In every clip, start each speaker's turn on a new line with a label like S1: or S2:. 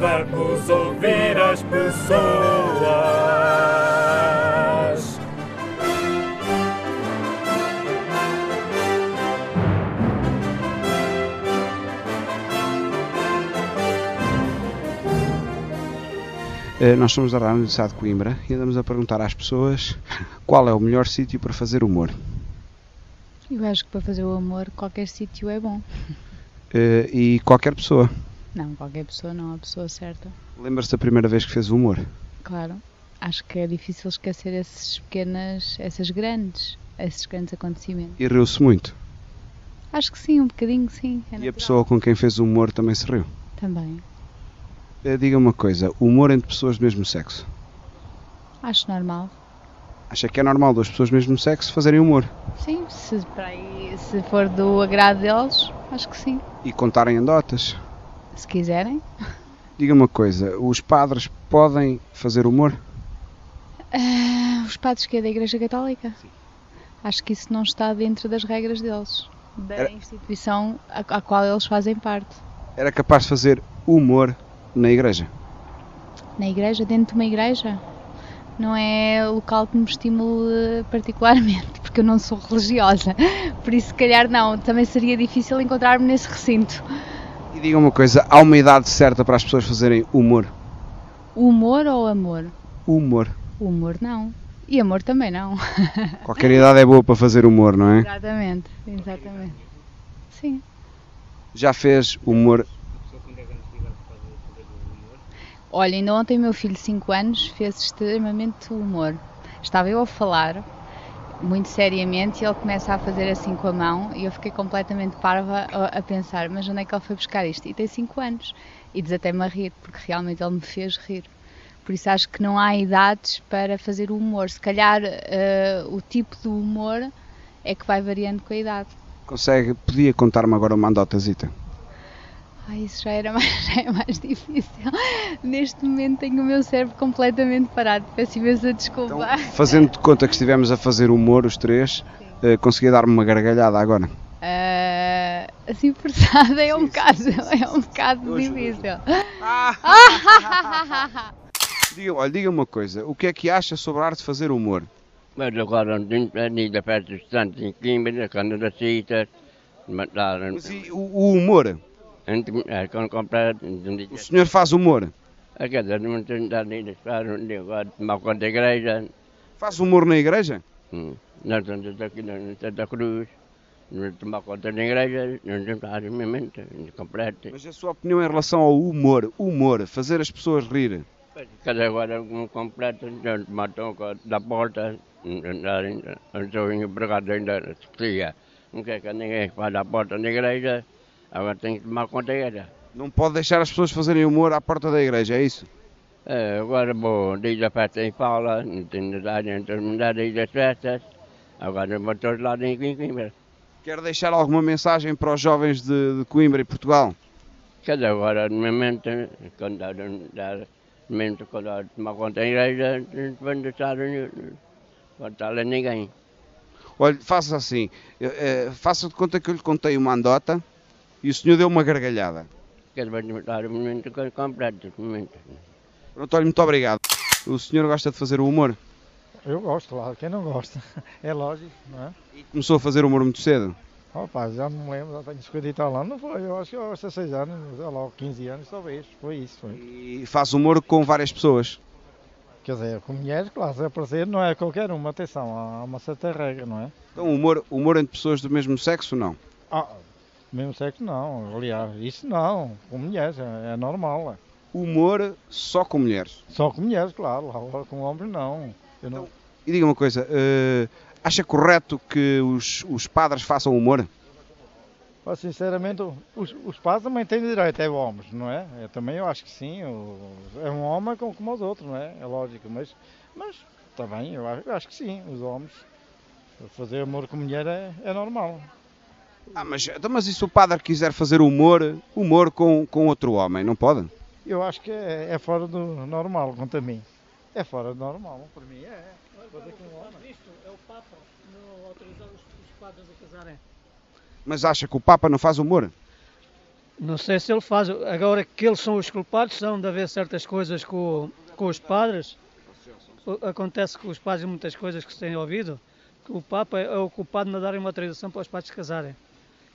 S1: Vamos ouvir as pessoas.
S2: Eh, Nós somos da Rádio Universidade de Coimbra e andamos a perguntar às pessoas qual é o melhor sítio para fazer humor.
S3: Eu acho que para fazer o amor qualquer sítio é bom.
S2: Eh, E qualquer pessoa.
S3: Não, qualquer pessoa não, a pessoa certa.
S2: Lembra-se da primeira vez que fez o humor?
S3: Claro. Acho que é difícil esquecer esses pequenas, essas grandes, esses grandes acontecimentos.
S2: E riu-se muito.
S3: Acho que sim, um bocadinho sim.
S2: E
S3: é
S2: a
S3: natural.
S2: pessoa com quem fez o humor também se riu.
S3: Também.
S2: Eh, Diga uma coisa: o humor entre pessoas do mesmo sexo.
S3: Acho normal.
S2: Acha que é normal duas pessoas do mesmo sexo fazerem humor
S3: Sim, se, para aí- se for do agrado deles, acho que sim.
S2: e contarem andotas?
S3: Se quiserem.
S2: Diga uma coisa: os padres podem fazer humor?
S3: Ah, os padres que é da Igreja Católica? Acho que isso não está dentro das regras deles, da
S2: Era-
S3: instituição a, à qual eles fazem parte.
S2: Era capaz de fazer humor na igreja?
S3: Na igreja, dentro de uma igreja, não é local que me estimule particularmente, porque eu não sou religiosa. Por isso, se calhar, não. Também seria difícil encontrar-me nesse recinto.
S2: E diga uma coisa: há uma idade certa para as pessoas fazerem humor?
S3: Humor ou amor?
S2: Humor.
S3: Humor não. E amor também não.
S2: Qualquer idade é boa para fazer humor, não é?
S3: Exatamente, exatamente. Sim.
S2: Já fez humor.
S3: Olha, ainda ontem meu filho de 5 anos fez extremamente humor. Estava eu a falar, muito seriamente, e ele começa a fazer assim com a mão, e eu fiquei completamente parva a, a pensar, mas onde é que ele foi buscar isto? E tem 5 anos. E desatei-me a rir, porque realmente ele me fez rir. Por isso acho que não há idades para fazer o humor. Se calhar eh, o tipo de humor é que vai variando com a idade.
S2: Consegue, podia contar-me agora uma andotazita?
S3: Ai, isso já era mais, já é mais difícil. Neste momento tenho o meu cérebro completamente parado. Peço imensa
S2: Então,
S3: desculpa.
S2: fazendo de conta que estivemos a fazer humor os três, eh, conseguia dar-me uma gargalhada agora.
S3: Ah, assim forçada é um bocado, é um bocado
S2: Hoje,
S3: difícil.
S2: Diga, olha, diga uma coisa, o que é que acha sobre a arte de fazer humor?
S4: Mas agora vim para ali da perto dos Santos em Coimbra, é quando nascidas, mataram.
S2: Mas e o, o humor?
S4: Antes, eh, Quando compraram,
S2: O senhor faz humor?
S4: a casa de muitas danidas para onde eu gosto de mal contra a igreja.
S2: Faz humor na igreja?
S4: Hum, Nós estamos aqui na na Santa Cruz, não é tomar conta da igreja, não é temos armamento, é completo.
S2: Mas a sua opinião em relação ao humor, humor, fazer as pessoas rir?
S4: Cada agora um completo, não matam da porta, não sou um empregado ainda, se cria. Não quer que ninguém fale da porta da igreja, agora tem que tomar conta da igreja.
S2: Não pode deixar as pessoas fazerem humor à porta da igreja, é isso?
S4: É, agora vou desde a festa em Paula, não tenho idade em terminar desde as festas, agora vou todos lá em Coimbra.
S2: Quer deixar alguma mensagem para os jovens de, de Coimbra e Portugal?
S4: Cada agora no momento, quando dá- dá- no momento quando há de tomar conta da igreja, não vão deixar nenhum- faltar a ninguém.
S2: Olha, faça assim, eh, eh, faça de conta que eu lhe contei uma andota e o senhor deu uma gargalhada.
S4: Quero dar o momento que eu completo, o momento.
S2: Pronto, olha, muito obrigado. O senhor gosta de fazer o humor?
S5: Eu gosto, claro, quem não gosta? É lógico, não é?
S2: Começou a fazer humor muito cedo?
S5: Rapaz, já não me lembro, já tenho 50 anos, não foi, eu acho que aos 16 anos, sei lá, 15 anos, talvez, foi isso, foi.
S2: E faz humor com várias pessoas.
S5: Quer dizer, com mulheres, claro, se aparecer, não é qualquer uma, atenção, há uma certa regra, não é?
S2: Então, humor, humor entre pessoas do mesmo sexo, não.
S5: Ah, mesmo sexo não, aliás, isso não, com mulheres, é, é normal, é.
S2: Humor só com mulheres.
S5: só com mulheres, claro, lá com homens não. Eu não...
S2: E diga uma coisa, eh, acha correto que os, os padres façam humor?
S5: Pá, Sinceramente, os, os pais também têm direito, é homens, não é? Eu também eu acho que sim, o- é um homem como, como os outros, não é? É lógico, mas, mas também eu acho, eu acho que sim, os homens. Fazer amor com mulher é, é normal.
S2: Ah, mas, então, mas e se o padre quiser fazer humor, humor com, com outro homem, não pode?
S5: Eu acho que é, é fora do normal, quanto a mim. É fora do normal, para mim é. Fazer com um homem.
S6: Cristo é o Papa, não autorizar os, os padres a casarem.
S2: Mas acha que o Papa não faz humor?
S7: Não sei se ele faz. Agora que eles são os culpados, são de haver certas coisas com, com os padres. O- Acontece com os padres muitas coisas que se têm ouvido. que O Papa é o culpado de darem uma tradição para os padres casarem.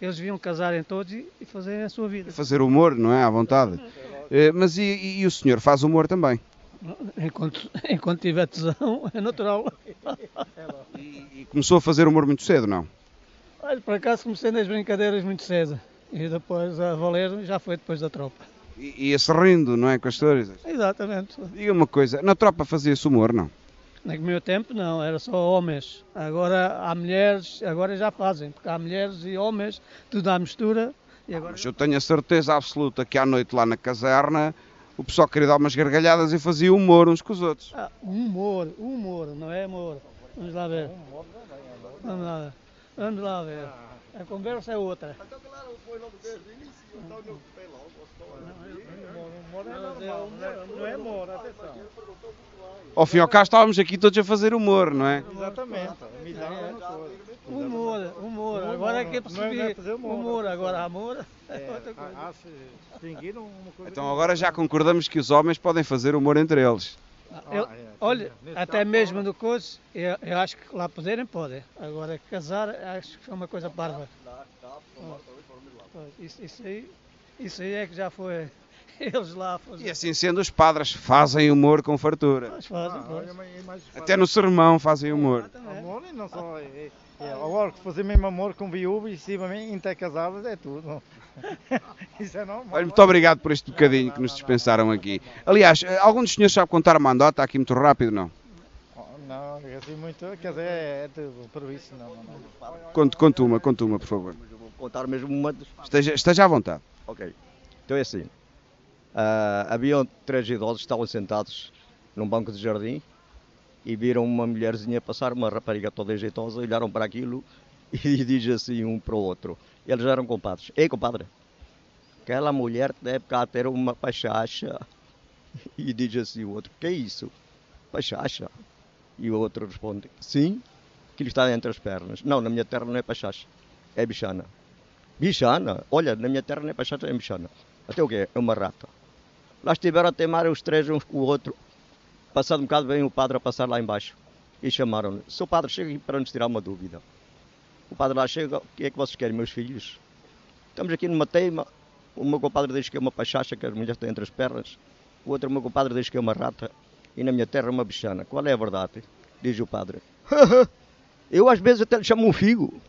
S7: Eles deviam casarem todos e, e fazerem a sua vida.
S2: Fazer humor, não é? À vontade. Eh, Mas e, e- e o senhor faz humor também?
S7: Enquanto, enquanto tiver tesão, é natural.
S2: E começou a fazer humor muito cedo, não?
S7: Olha, por acaso comecei nas brincadeiras muito cedo. E depois a valer já foi depois da tropa.
S2: E, ia se rindo, não é? Com as histórias.
S7: Exatamente.
S2: Diga uma coisa, na tropa fazia-se humor, não?
S7: No meu tempo não, era só homens. Agora há mulheres, agora já fazem, porque há mulheres e homens, tudo à mistura. E agora
S2: Mas eu tenho a certeza absoluta que à noite lá na caserna o pessoal queria dar umas gargalhadas e fazia humor uns com os outros.
S7: Ah, humor, humor, não é amor. Vamos lá ver. Vamos lá ver. Vamos lá ver. A conversa é outra. Mas é humor, não é amor, atenção.
S2: Ao fim e ao cabo estávamos aqui todos a fazer humor, não é?
S5: Exatamente. Humilhar é uma coisa.
S7: Humor, humor. Agora é que é
S5: Não é- não é
S7: perceber.
S5: fazer humor.
S7: Humor, agora amor.
S5: É, há, há se distinguir uma coisa.
S2: Então agora já concordamos que os homens podem fazer humor entre eles.
S7: Eu-
S5: Ah, é,
S7: olha,
S5: nesse
S7: até
S5: caso,
S7: mesmo no curso, eu, eu acho que lá poderem, podem. Agora, casar, acho que foi uma coisa parva. Pois, Isso, isso aí, isso aí é que já foi eles lá
S2: E
S7: fazer.
S2: assim sendo, os padres fazem humor com fartura.
S7: Mas fazem,
S5: Ah,
S7: pois.
S5: olha, mas- mas-
S2: Até no sermão fazem humor.
S7: Exatamente.
S5: Amor e não só. É, é, agora que fazer mesmo amor com viúva e cima até casadas é tudo. Isso é normal.
S2: Olha, muito obrigado por este bocadinho que nos dispensaram aqui. Aliás, eh, algum dos senhores sabe contar uma andota aqui muito rápido, não?
S5: Oh, Não, é assim muito. Quer dizer, é, é tudo. Por isso, não, não, não.
S2: Conte, conte uma, conte uma, por favor.
S8: Eu vou contar mesmo uma. dos-
S2: Esteja, esteja à vontade.
S8: Ok. Então é assim. Ah, haviam três idosos que estavam sentados num banco de jardim e viram uma mulherzinha passar, uma rapariga toda jeitosa, olharam para aquilo e diz assim um para o outro. Eles eram compadres. Ei, compadre, aquela mulher deve cá ter uma pachacha. E diz assim o outro, que é isso? Pachacha. E o outro responde, sim, que lhe está entre as pernas. Não, na minha terra não é pachacha, é bichana. Bichana? Olha, na minha terra é nem pachata nem bichana. Até o quê? É uma rata. Lá estiveram a teimar os três uns com o outro. Passado um bocado, veio o padre a passar lá embaixo. E chamaram-no. Seu padre, chega aqui para nos tirar uma dúvida. O padre lá chega. O que é que vocês querem, meus filhos? Estamos aqui numa teima. O meu compadre diz que é uma pachacha que as mulheres têm entre as pernas. O outro, o meu compadre, diz que é uma rata. E na minha terra, uma bichana. Qual é a verdade? Diz o padre. Eu às vezes até lhe chamo um figo.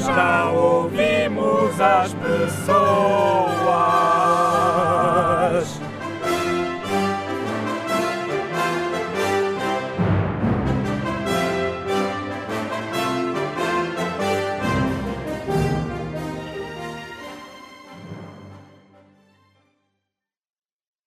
S1: Já ouvimos as pessoas.